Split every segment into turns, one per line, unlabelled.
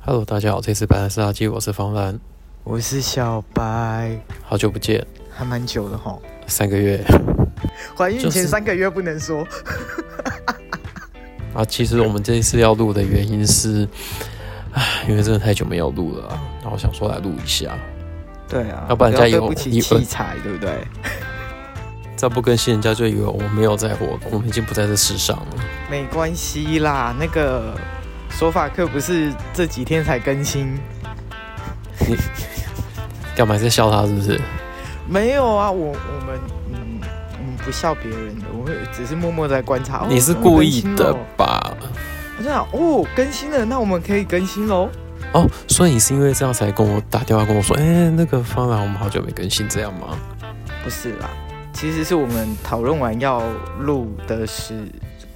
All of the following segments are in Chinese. Hello，大家好，这次白兰是阿基，我是方兰，
我是小白，
好久不见，
还蛮久的哈。
三个月
怀孕
就是
前三个月不能说，
啊。其实我们这一次要录的原因是，唉，因为真的太久没有录了啊，然后想说来录一下，
对啊，
要不然人家
要
以为
对
我
不
以
起
为
器材，对不对？
再不更新人家就以为我们没有在活动，我们已经不在这世上了。
没关系啦，那个说法课不是这几天才更新，
干嘛还在笑他是不是？
没有啊，我我们嗯嗯不笑别人的，我们只是默默在观察。哦
你是故意的
我们更新咯
吧？
我就想哦，更新了，那我们可以更新喽。
哦，所以你是因为这样才跟我打电话跟我说，哎、那个方兰，我们好久没更新，这样吗？
不是啦，其实是我们讨论完要录的是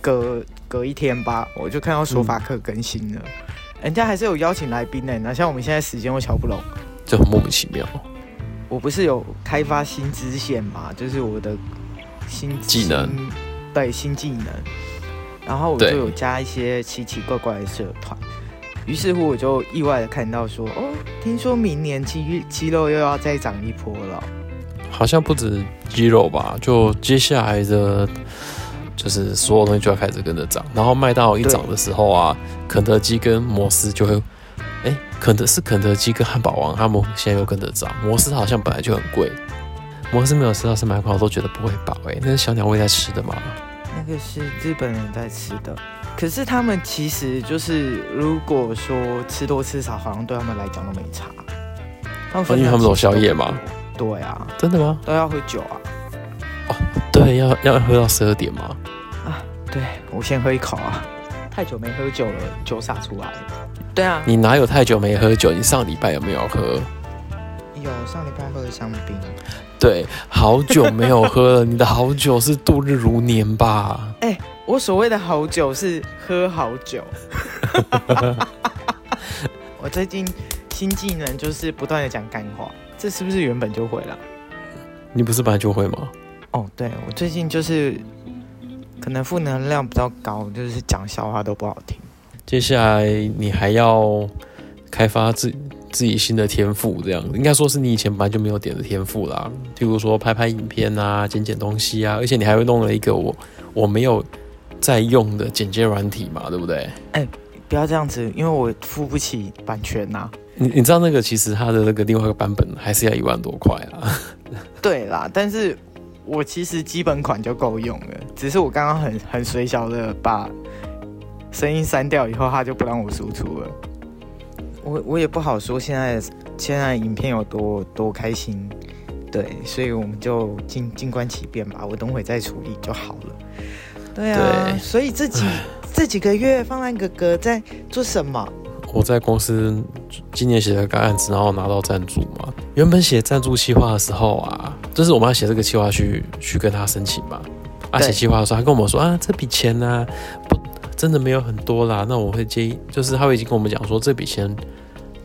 隔隔一天吧，我就看到说法课更新了，
嗯
人家还是有邀请来宾呢、那像我们现在时间又瞧不拢。
就很莫名其妙。
我不是有开发新支线嘛，就是我的新
技能，
新对新技能，然后我就
对
有加一些奇奇怪怪的社团，于是乎我就意外的看到说，哦，听说明年肌肌肉又要再涨一波了。
好像不止肌肉吧，就接下来的，就是所有东西就要开始跟着涨。然后麦当劳一涨的时候啊，肯德基跟摩斯就会，哎、肯德是肯德基跟汉堡王他们现在又跟着涨，摩斯好像本来就很贵。摩斯没有吃到是麦块，我都觉得不会饱哎、那是小鸟胃在吃的嘛。
那个是日本人在吃的，可是他们其实就是，如果说吃多吃少，好像对他们来讲都没差。他们分
哦因为他们
量
有
其实
宵夜嘛
都不多。对啊，
真的吗？
都要喝酒啊。
对，要要喝到十二点吗？
对，我先喝一口啊，太久没喝酒了，酒洒出来了。对啊，
你哪有太久没喝酒？你上礼拜有没有喝？
有上礼拜喝的香槟。
对，好久没有喝了。你的好酒是度日如年吧？
我所谓的好酒是喝好 酒。我最近新技能就是不断的讲干话，这是不是原本就会了？
你不是本来就会吗？
哦，对，我最近就是可能负能量比较高，就是讲笑话都不好听。
接下来你还要开发自自己新的天赋，这样应该说是你以前本来就没有点的天赋啦。譬如说拍拍影片啊，剪剪东西啊，而且你还会弄了一个我我没有在用的剪接软体嘛，对不对？
不要这样子，因为我付不起版权呐、
你你知道那个其实它的那个另外一个版本还是要一万多块啊，
对啦，但是我其实基本款就够用了，只是我刚刚很很水小的把声音删掉以后，它就不让我输出了。我我也不好说现在现在影片有多多开心，对，所以我们就静静观其变吧，我等会再处理就好了。对啊，
对
所以这 几这几个月，方兰哥哥在做什么？
我在公司今年写了个案子，然后拿到赞助嘛。原本写赞助计划的时候啊，就是我们要写这个计划去去跟他申请嘛。啊，
对
写计划的时候，他跟我们说啊，这笔钱呢、不真的没有很多啦。那我会建议，就是他会已经跟我们讲说，这笔钱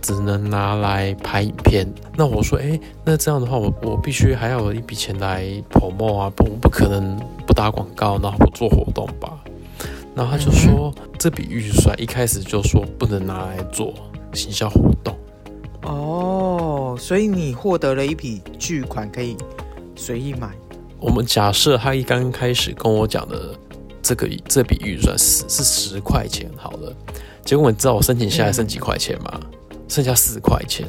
只能拿来拍影片。那我说，诶，那这样的话，我我必须还要有一笔钱来 promo 啊，不我不可能不打广告，然后不做活动吧。然后他就说，这笔预算一开始就说不能拿来做行销活动，
哦，所以你获得了一笔巨款，可以随意买。
我们假设他一刚开始跟我讲的这个这笔预算是是十块钱好了，结果你知道我申请下来
嗯
剩几块钱吗？剩下四块钱。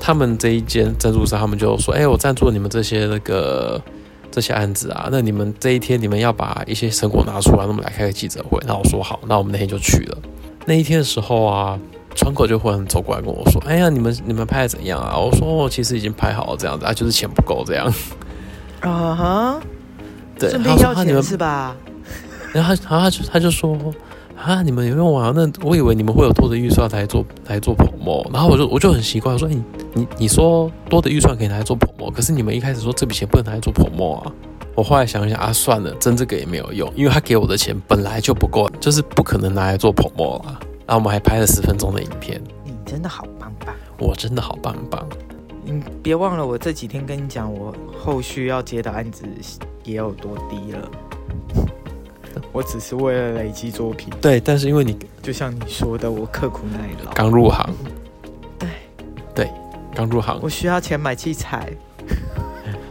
他们这一间赞助商，他们就说：“哎、我赞助你们这些那个这些案子啊，那你们这一天你们要把一些成果拿出来，那我们来开个记者会。”然后我说：“好，那我们那天就去了。”那一天的时候啊，窗口就忽然走过来跟我说：“哎呀，你们你们拍的怎样啊？”我说：“我其实已经拍好了，这样子啊，就是钱不够这样。”
啊哈，
对，
顺
他
便
说
要
啊你们
钱是吧？
然后他，然后他就他就说啊，你们有用啊？那我以为你们会有多的预算来做来做 promo，然后我就我就很奇怪，我说你你你说多的预算可以拿来做 promo，可是你们一开始说这笔钱不能拿来做 promo 啊。我后来想一想啊，算了，争这个也没有用，因为他给我的钱本来就不够，就是不可能拿来做 promo 啦。然后我们还拍了十分钟的影片，
你嗯真的好棒棒！
我真的好棒棒。
嗯
你别忘了，我这几天跟你讲，我后续要接的案子也有多低了。我只是为了累积作品，
对，但是因为你
就像你说的，我刻苦耐劳。
刚入行，刚入行
我，需要钱买器材，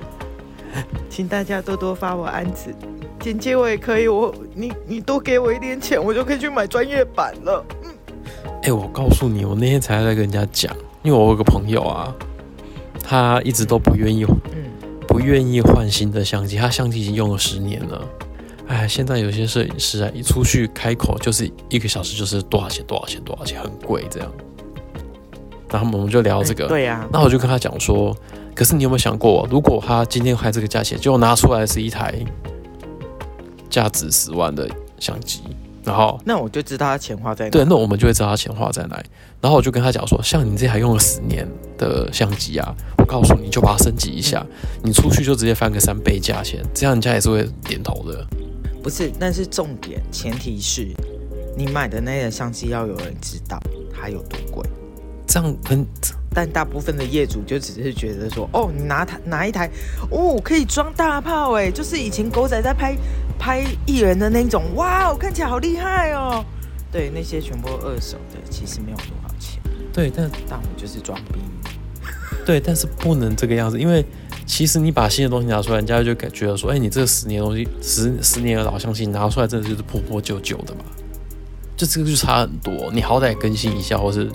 请大家多多发我案子，简介我也可以，我你你多给我一点钱，我就可以去买专业版了。
哎、我告诉你，我那天才在跟人家讲，因为我有个朋友啊，他一直都不愿意
嗯，
不愿意换新的相机，他相机已经用了十年了。哎，现在有些摄影师啊，一出去开口就是一个小时，就是多少钱多少钱多少钱，很贵这样。然后我们就聊这
哎
个，
对呀、
那我就跟他讲说，可是你有没有想过，如果他今天开这个价钱，结果拿出来是一台价值十万的相机，然后
那我就知道他钱花在哪。
对，那我们就会知道他钱花在哪里。然后我就跟他讲说，像你这台用了十年的相机啊，我告诉你你就把它升级一下，
嗯
你出去就直接翻个三倍价钱，这样人家也是会点头的。
不是，但是重点前提是，你买的那台相机要有人知道它有多贵。
这样很
但大部分的业主就只是觉得说，哦，你拿它拿一台，哦，可以装大炮哎，就是以前狗仔在拍拍艺人的那种，哇，我看起来好厉害哦。对，那些全部二手的，其实没有多少钱，
对，但
但我就是装逼。
对，但是不能这个样子，因为其实你把新的东西拿出来，人家就感觉得说，哎、你这十年的东西，十十年的老相机拿出来，真的就是破破旧旧的嘛，就这个就差很多。你好歹更新一下，或是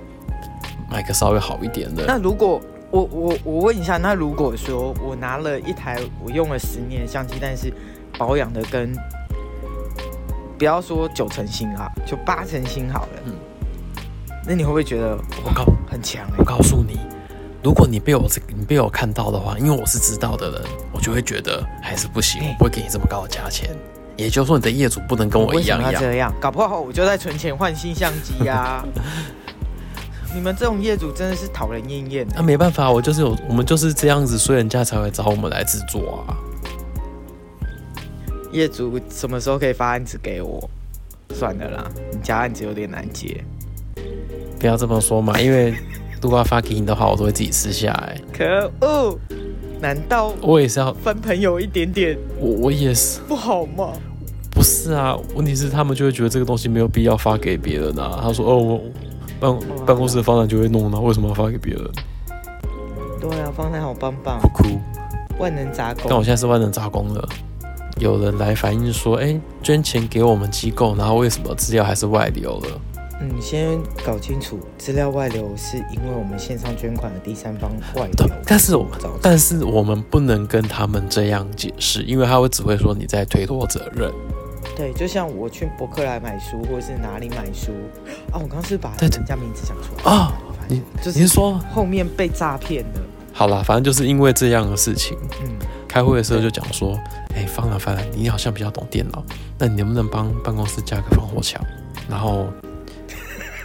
买个稍微好一点的。
那如果我我我问一下，那如果说我拿了一台我用了十年的相机，但是保养的跟不要说九成新啦，就八成新好了，
嗯
那你会不会觉得
我靠，
很强
我
哎、
告诉你，如果你被我这个你被我看到的话，因为我是知道的人，我就会觉得还是不行，
嗯
我不会给你这么高的价钱。也就是说，你的业主不能跟我
为
一
什
样
么
一
要
样。
这样？搞不好我就在存钱换新相机呀、 你们这种业主真的是讨人厌厌的
那、。啊没办法，我就是有我们就是这样子，所以人家才会找我们来制作啊。
业主什么时候可以发案子给我？算了啦，你家案子有点难接。
不要这么 说嘛，因为如果要发给你的话，我都会自己吃下来。
可恶，难道
我也是要，
分朋友一点点
我我也是，
不好吗？
不是啊？问题是他们就会觉得这个东西没有必要发给别人啊。他说：“哦，我办办公室的方案就会弄啊，为什么要发给别人？”
对啊，方太好棒棒，
不哭。
万能杂
但我
工。
现在是万能杂工了。有人来反映说：“哎、捐钱给我们机构，然后为什么资料还是外流了
嗯，先搞清楚，资料外流是因为我们线上捐款的第三方外？”
对
流。，
但是我们
找
但是我们不能跟他们这样解释，因为他会只会说你在推脱责任。
对，就像我去博客来买书，或者是哪里买书啊，我刚刚是把
对对
人家名字讲出来
啊
反正
你
就
你是
是
说
后面被诈骗的，
好啦，反正就是因为这样的事情，
嗯，
开会的时候就讲说，哎、方兰方兰，你好像比较懂电脑，那你能不能帮办公室加个防火墙，然后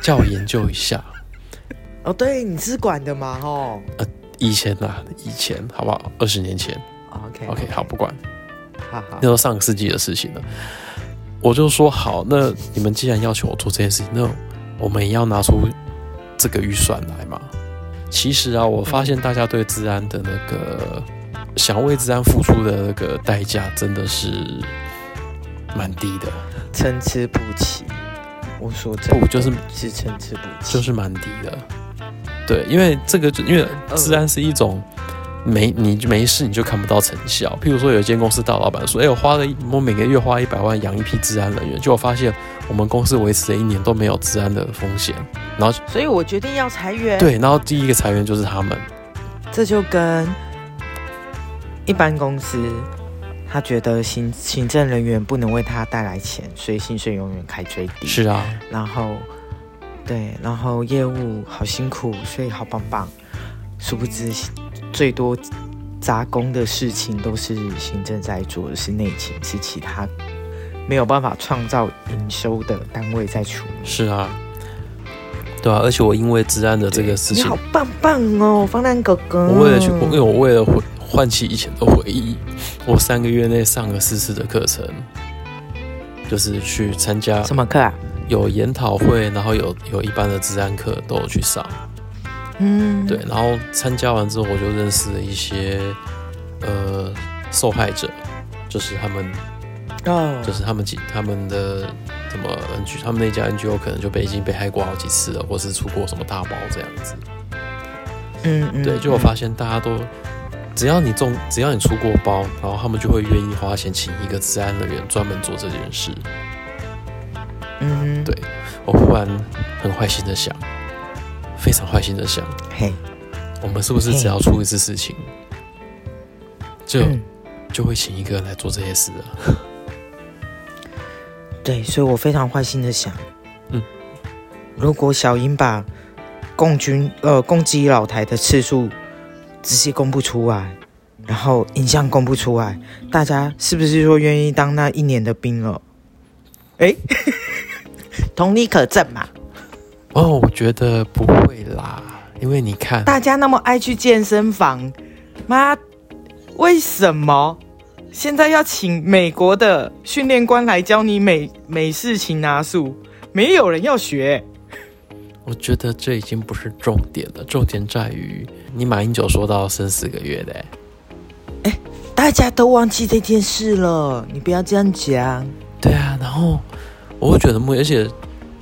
叫我研究一下？
哦，对，你是管的嘛，吼
以前啊，以前好不好？二十年前
哦，OK
哎，OK，好，不管，
好好
那，都上个世纪的事情了。我就说好，那你们既然要求我做这件事情，那我们也要拿出这个预算来嘛。其实啊，我发现大家对治安的那个想为治安付出的那个代价，真的是蛮低的，
参差不齐，我说真
不
的
就是
是参差不齐，
就是蛮低的。嗯对，因为这个就因为治安是一种没你就没事你就看不到成效。譬如说，有一间公司大老板说：“哎、我花了一我每个月花一百万养一批治安人员，结果发现我们公司维持了一年都没有治安的风险。
所以我决定要裁员”，
对，然后第一个裁员就是他们。
这就跟一般公司，他觉得行行政人员不能为他带来钱，所以薪水永远开最低。
是啊，
然后对，然后业务好辛苦，所以好棒棒。殊不知，最多杂工的事情都是行政在做，是内勤，是其他没有办法创造营收的单位在处理。
是啊，对啊。而且我因为治安的这个事
你
情
好，棒棒哦，方兰哥哥！
我为了去，我因为我为了回唤起以前的回忆，我三个月内上了四次的课程，就是去参加
什么课啊？
有研讨会，然后有有一般的治安课都有去上，
嗯，
对，然后参加完之后，我就认识了一些呃受害者，就是他们，
哦，
就是他们几他们的怎么 NG，他们那家 NGO 可能就被已经被害过好几次了，或是出过什么大包这样子，
嗯嗯，
对，就我发现大家都，只要你中，只要你出过包，然后他们就会愿意花钱请一个治安人员专门做这件事。
嗯哼，
对我忽然很坏心的想，非常坏心的想，
嘿，
我们是不是只要出一次事情，就
嗯，
就会请一个人来做这些事啊？
对，所以我非常坏心的想，
嗯，
如果小英把共军呃攻击老台的次数直接公布出来，然后影像公布出来，大家是不是就愿意当那一年的兵了？ 哎，同理可证嘛，
哦，我觉得不会啦，因为你看，
大家那么爱去健身房，妈，为什么现在要请美国的训练官来教你美美式擒拿术？没有人要学。
我觉得这已经不是重点了，重点在于你马英九说到生四个月的欸、
大家都忘记这件事了，你不要这样讲。
对啊，然后我会觉得莫，而且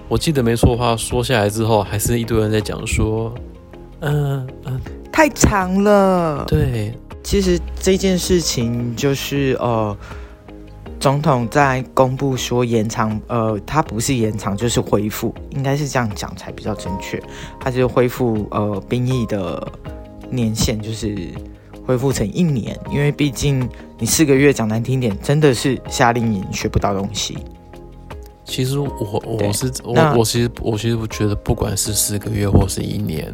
我记得没错的话，说下来之后，还是一堆人在讲说，嗯、嗯、
太长了。
对，
其实这件事情就是呃，总统在公布说延长，呃，他不是延长就是恢复，应该是这样讲才比较正确。他就是恢复呃兵役的年限，就是恢复成一年，因为毕竟你四个月讲难听点，真的是夏令营学不到东西。
其实我我
对
是
那
我我其实我其实我觉得，不管是四个月或是一年，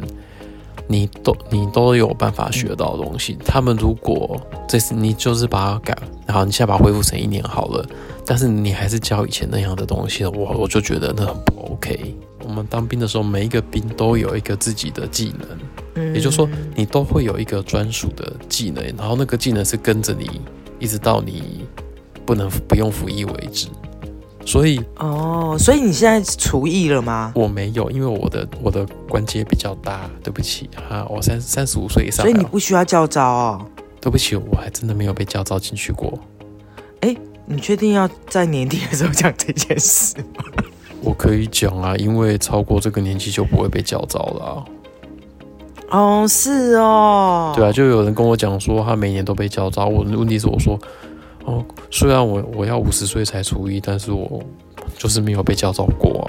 你都你都有办法学到的东西。他们如果这次你就是把它改，然后你现在把它恢复成一年好了，但是你还是教以前那样的东西，我我就觉得那很不 OK。我们当兵的时候，每一个兵都有一个自己的技能，
嗯
也就是说，你都会有一个专属的技能，然后那个技能是跟着你一直到你不能不用服役为止。所以
哦，所以你现在厨艺了吗？
我没有，因为我的我的关节比较大，对不起哈，我三三十五岁以上
所以
了，
你不需要教招哦。
对不起，我还真的没有被叫招进去过，
你确定要在年底的时候讲这件事？
我可以讲啊，因为超过这个年纪就不会被叫招了啊、
哦，是哦，
对啊，就有人跟我讲说他每年都被叫招，我问题是我说，哦，虽然我我要五十岁才出役，但是我就是没有被叫招过啊，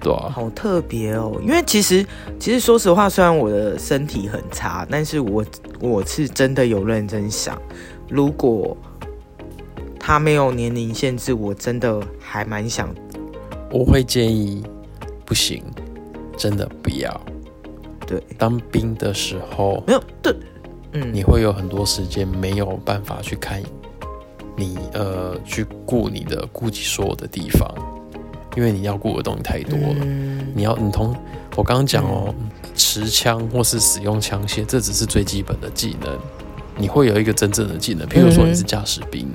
对啊，
好特别哦。因为其实，其实说实话，虽然我的身体很差，但是我我是真的有认真想，如果他没有年龄限制，我真的还蛮想。
我会建议不行，真的不要
对，
当兵的时候。
没有对，嗯，
你会有很多时间没有办法去看你呃去顾你的顾及所有的地方，因为你要顾的东西太多了。
嗯
你要你同我刚刚讲哦，持枪或是使用枪械，这只是最基本的技能。你会有一个真正的技能，譬如说
嗯
你是驾驶兵，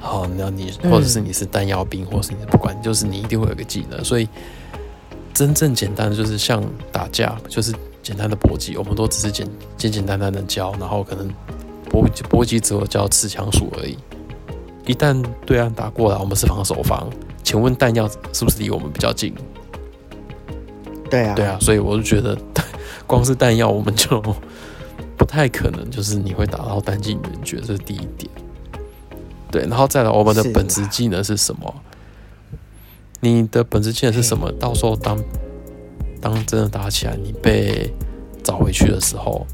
好，那你
嗯
或者是你是弹药兵，或是你不管，就是你一定会有一个技能。所以真正简单的就是像打架，就是简单的搏击，我们都只是简简简单单的教，然后可能搏搏击只有教刺枪术而已。一旦对岸打过来，我们是防守方，请问弹药是不是离我们比较近？
对啊，
对啊，所以我就觉得， 光是弹药我们就不太可能，就是你会打到弹尽援绝，这是第一点。对，然后再来，我们的
是啦
本职技能是什么？你的本职技能是什么？到时候当当真的打起来，你被找回去的时候，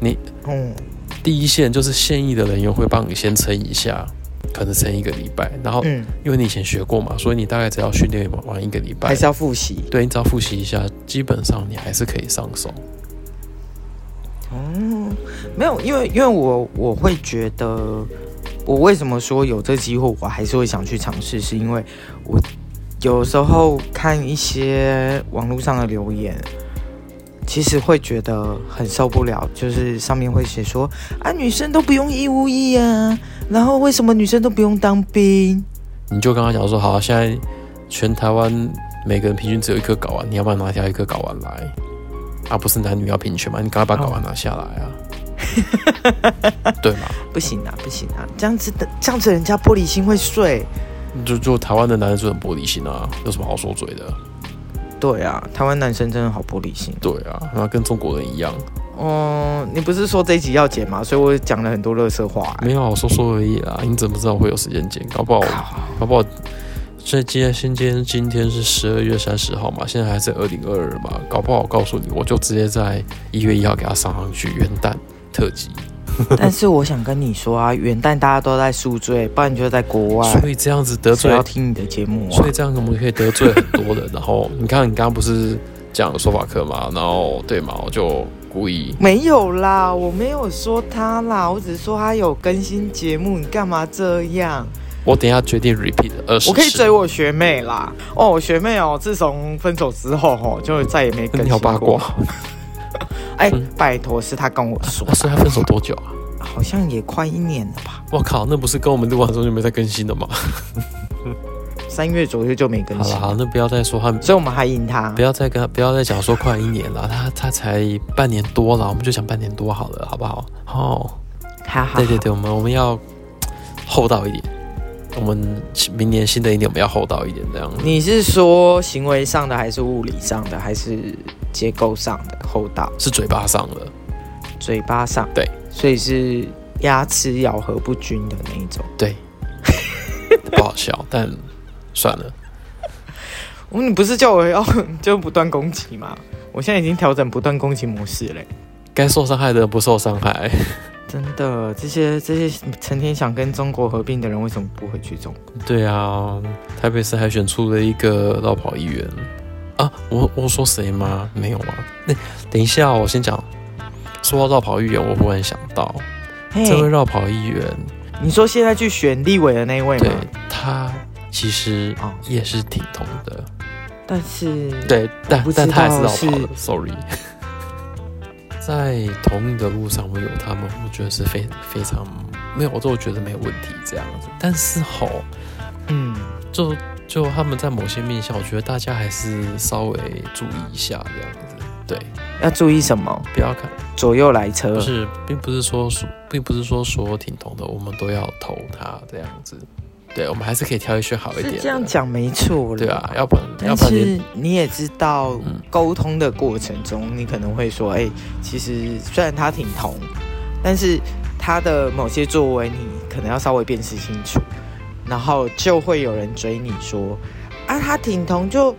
嗯，
第一线就是现役的人员会帮你先撑一下，可能撑一个礼拜，然后
嗯，
因为你以前学过嘛，所以你大概只要训练完一个礼拜
还是，要复习。
对你只要复习一下，基本上你还是可以上手。
哦，没有，因为因为我我会觉得，我为什么说有这机会，我还是会想去尝试，是因为我有时候看一些网络上的留言，其实会觉得很受不了，就是上面会写说啊，女生都不用义务役啊，然后为什么女生都不用当兵？
你就跟他讲说，好、啊现在全台湾每个人平均只有一颗睾丸，你要不要拿下一颗睾丸来？啊，不是男女要平权吗？你赶快把睾丸拿下来啊！对嘛？
不行啊，不行啊，这样子的这样子人家玻璃心会碎。
就就台湾的男人就很玻璃心啊，有什么好说嘴的？
对啊，台湾男生真的好玻璃心。
对啊，然后跟中国人一样，
哦、你不是说这一集要剪吗？所以我讲了很多乐色话、
没有啊我说说而已啦。你怎么知道我会有时间剪？搞不好，搞不好，这今天今天今天是十二月三十号嘛，现在还在二零二二嘛，搞不好我告诉你，我就直接在一月一号给它上上去元旦特辑。
但是我想跟你说啊，元旦大家都在宿醉，不然你就在国外，
所以这样子得
谁
罪
要听你的节目啊
所以？这样我们可以得罪很多人。然后你看，你刚刚不是讲说法课嘛，然后对嘛，我就故意
没有啦，我没有说他啦，我只是说他有更新节目，你干嘛这样？
我等一下决定 repeat 二十，
我可以追
我，
我学妹啦。哦，我学妹哦，自从分手之后哦，就再也没更
你
新
好八
过。
卦。
哎、
嗯
拜托，是他跟我说
那，所以他分手多久啊？
好像也快一年了吧，
我靠，那不是跟我们录完之后就没再更新了吗？
三月左右就没更
好
新
了，，好，那不要再说他，
所以我们还赢他
不。要再跟他，不要再讲说快一年了，他他才半年多了，我们就讲半年多好了，好不好？哦，
哈哈，
对对对，我们我们要厚道一点，我们明年新的一年我们要厚道一点，这样。
你是说行为上的，还是物理上的，还是结构上的厚道？
是嘴巴上了，
嘴巴上
对，
所以是牙齿咬合不均的那一种。
对，不好笑，但算了。
哦，你不是叫我要 就不断攻击吗？我现在已经调整不断攻击模式嘞。
该受伤害的人不受伤害，
真的，这些这些成天想跟中国合并的人，为什么不回去中国？
对啊，台北市还选出了一个绕跑议员啊，我我说谁吗？没有啊。那等一下，我先讲。说到绕跑议员，我忽然想到，
嘿，
这位绕跑议员，
你说现在去选立委的那一位
对
吗？
他其实
哦
也是挺痛的，
但是，
对，但
不知
但他还是绕
道
跑了
是
，sorry。在同一个路上，我有他们，我觉得是非非常没有，我都觉得没有问题这样子。但是吼，
嗯，
就就他们在某些面向，我觉得大家还是稍微注意一下这样子。对，
要注意什么？
不要看，
左右来车
不。是，并不是说说，并不是说说挺同的，我们都要投他这样子。对，我们还是可以挑一些好一点
是
的。
这样，讲没错
对
了。
啊，要不然要
但
不然你
是你也知道
嗯，
沟通的过程中，你可能会说，哎、其实虽然他挺同，但是他的某些作为，你可能要稍微辨识清楚，然后就会有人追你说，啊，他挺同就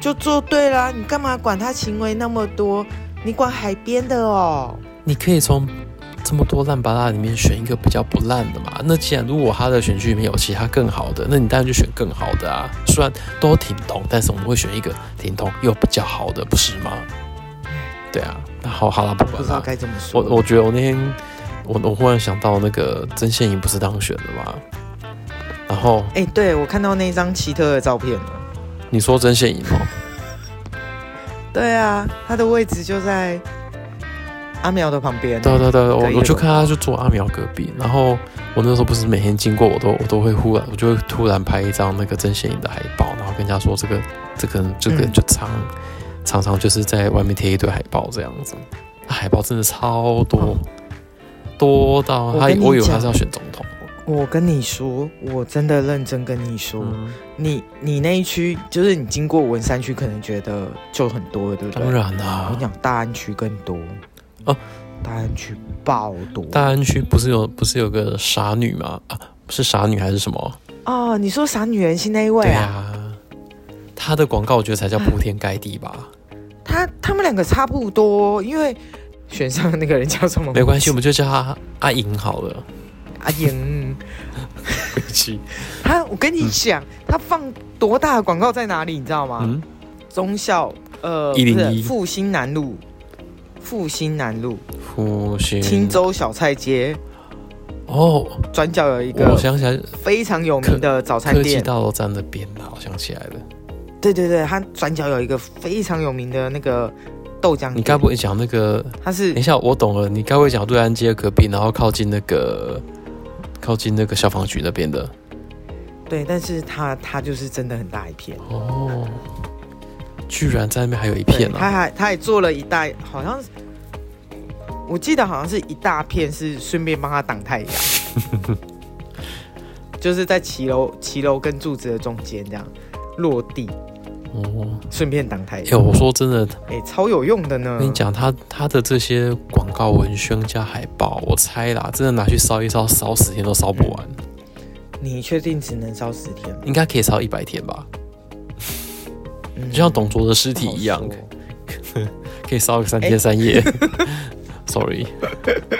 就做对啦，你干嘛管他行为那么多？你管海边的哦。
你可以从这么多烂巴拉里面选一个比较不烂的嘛。那既然如果他的选区里面有其他更好的，那你当然就选更好的啊。虽然都挺同，但是我们会选一个挺同又比较好的，不是吗？对啊，那好好啦，不
不
管
知道
啦。
该怎么说。
我我觉得我那天我我忽然想到那个曾宪颖不是当选了吗？然后
哎、对我看到那张奇特的照片了。
你说曾宪颖哦，
对啊，他的位置就在阿苗的旁边。
对啊对对，
隔一
我
个
我就
楼
看他就坐阿苗隔壁，然后我那时候不是每天经过，我都我都会忽然我就会突然拍一张那个曾宪颖的海报，然后跟人家说这个这个人这个人
嗯
就常、常常就是在外面贴一堆海报这样子，那海报真的超多，
哦
多到他
我跟你
我以为他
讲
是要选总统，
我跟你说，我真的认真跟你说，
嗯，
你你那一区就是你经过文山区，可能觉得就很多了，对不对？
当然啊啦、
我跟你讲，大安区更多
哦，
大安区爆多。
大安区不是有不是有个傻女吗？啊，是傻女还是什么？
哦，你说傻女人心那一位啊？
啊，她的广告我觉得才叫铺天盖地吧。
他他们两个差不多，因为选上的那个人叫什么？
没关系，我们就叫她阿莹好 了。
阿莹。
对不起，
他，我跟你讲，他放多大的广告在哪里，你知道吗？
嗯，
中校呃，不
101
是复兴南路，复兴南路，
复兴
青州小菜街
哦，
转角有一
我
个
想起来，
非常有名的早餐
科技
店。
大楼站那边啦，我想起来了。
对对对，它转角有一个非常有名的那个豆浆店。
你该不会讲那个？
它是
等一下，我懂了，你该不会讲对安街隔壁，然后靠近那个靠近那个消防局那边的？
对，但是它它就是真的很大一片。
哦，居然在那边还有一
对
片，
它
啊！
还它还做了一大，好像是我记得好像是一大片，是顺便帮它挡太 阳，就是在骑楼骑楼跟柱子的中间这样落地。
哦，
顺便挡台
哎、我说真的，
哎、超有用的呢。
跟你讲，他他的这些广告文宣加海报，我猜啦，真的拿去烧一烧，烧十天都烧不完，
你确定只能烧十天吗？
应该可以烧一百天吧？
嗯
就像董卓的尸体一样
不，好说哦
可以烧个三天三夜。Sorry，哎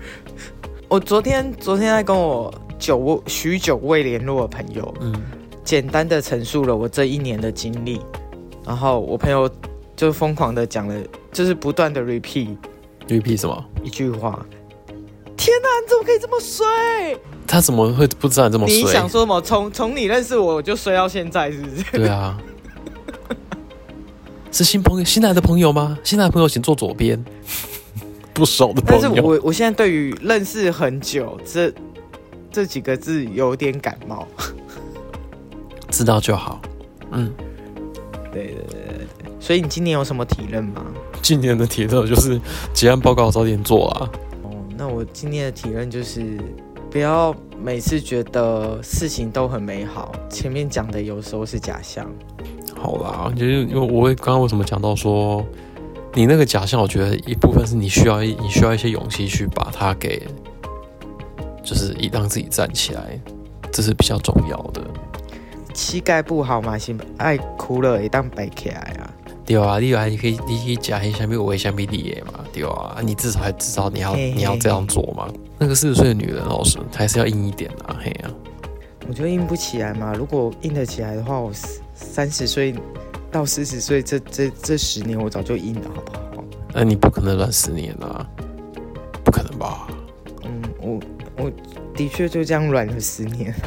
我昨天昨天在跟我久许久未联络的朋友，
嗯，
简单的陈述了我这一年的经历，然后我朋友就疯狂的讲了，就是不断的 repeat
绿皮什么？
一句话。天哪，你怎么可以这么衰？
他怎么会不知道你这么
你
衰
想？说什么？从从你认识我，我就衰到现在，是不是？
对啊，是新朋友新来的朋友吗？新来的朋友请坐左边，不熟的
但是
朋友。嗯
我我现在对于认识很久这这几个字有点感冒。
知道就好。嗯，
对对对对对，所以你今年有什么体认吗？
今年的铁特就是结案报告早点做啊。
哦，那我今天的体认就是，不要每次觉得事情都很美好，前面讲的有时候是假象。
好啦，就是因为我会刚刚为什么讲到说，你那个假象，我觉得一部分是你需要一你需要一些勇气去把它给，就是一让自己站起来，这是比较重要的。
膝盖不好嘛，是爱哭了也当摆起来啊。
对啊，你还可以，你可以讲一下面我一下面你嘛，对啊，啊你至少还至少你要
嘿嘿
你要这样做嘛。那个四十岁的女人，老师还是要硬一点啊，嘿啊，
我觉得硬不起来嘛，如果硬得起来的话，我三十岁到四十岁这这这十年，我早就硬了，好不好？
那呃你不可能软十年啊，不可能吧？
嗯，我我的确就这样软了十年。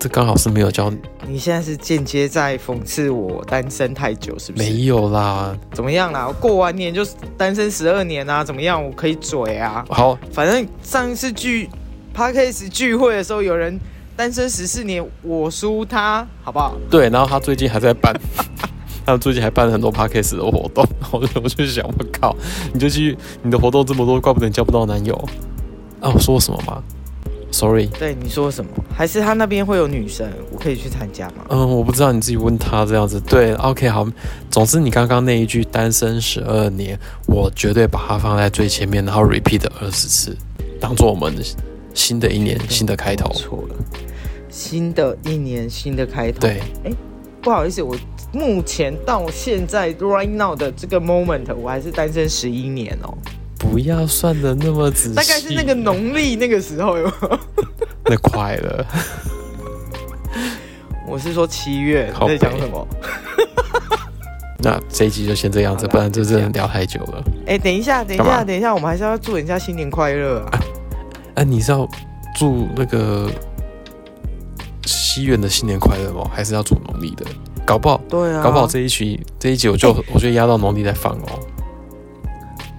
这刚好是没有教，
你现在是间接在讽刺我单身太久，是不是？
没有啦。
怎么样啦？我过完年就单身十二年啊，怎么样？我可以嘴啊。
好，
反正上一次聚 p a c a s e 聚会的时候，有人单身十四年，我输他，好不好？
对，然后他最近还在办， 他最近还办了很多 podcast 的活动， 我就我就想，我靠，你就去你的活动这么多，怪不得你交不到男友啊！我说什么吗？Sorry，
对，你说什么？还是他那边会有女生，我可以去参加吗？
嗯，我不知道你自己问他这样子。对，OK，好。总之，你刚刚那一句“单身十二年”，我绝对把它放在最前面，然后 repeat 二十次，当做我们新的一年新的开头
我。错了，新的一年新的开头。
对，
不好意思，我目前到现在 right now 的这个 moment，我还是单身十一年哦，
不要算的那么仔细，
大概是那个农历那个时候有没有。
那快了。
我是说七月
靠
你在讲
北
什么？
那这一集就先这样子，
好啦
不然就真的
就这
聊太久了。
哎、等一下，等一
干嘛
下，等一下，我们还是要祝人家新年快乐啊！
哎、你是要祝那个西元的新年快乐吗？还是要祝农历的？搞不好，
对啊，哎
搞不好这一期这一集我就、我就压到农历再放哦。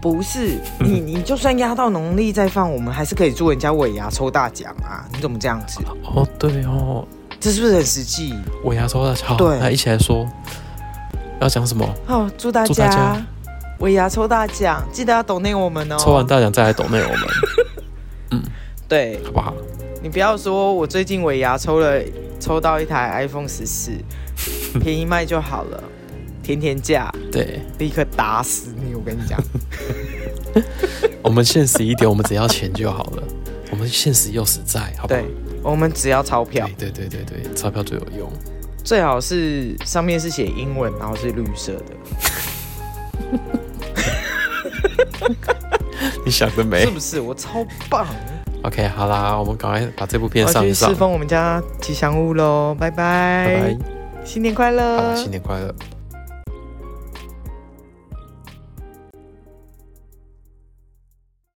不是你，你就算压到农历再放，我们还是可以祝人家尾牙抽大奖啊！你怎么这样子？
哦，对哦，
这是不是很实际？
我牙抽大好，
对
来一起来说要讲什么？
好，哦祝大
祝大家
尾牙抽大奖，记得要抖内我们哦。
抽完大奖再来抖内我们，
对
好不好？
你不要说我最近尾牙抽了，抽到一台 iPhone 十 四，便宜卖就好了，甜甜价，
对，
立刻打死你！我跟你讲，
我们现实一点，我们只要钱就好了。我们现实又实在，好不好
对？我们只要钞票，
对对对对对，钞票最有用。
最好是上面是写英文，然后是绿色的。
你想得 美
是不是？我超棒！
OK，好啦，我们赶快把这部片
我要
上一
去
上
侍，奉我们家吉祥物喽，拜
拜
拜，
拜，
新年快
好
乐，
啦，新年快乐。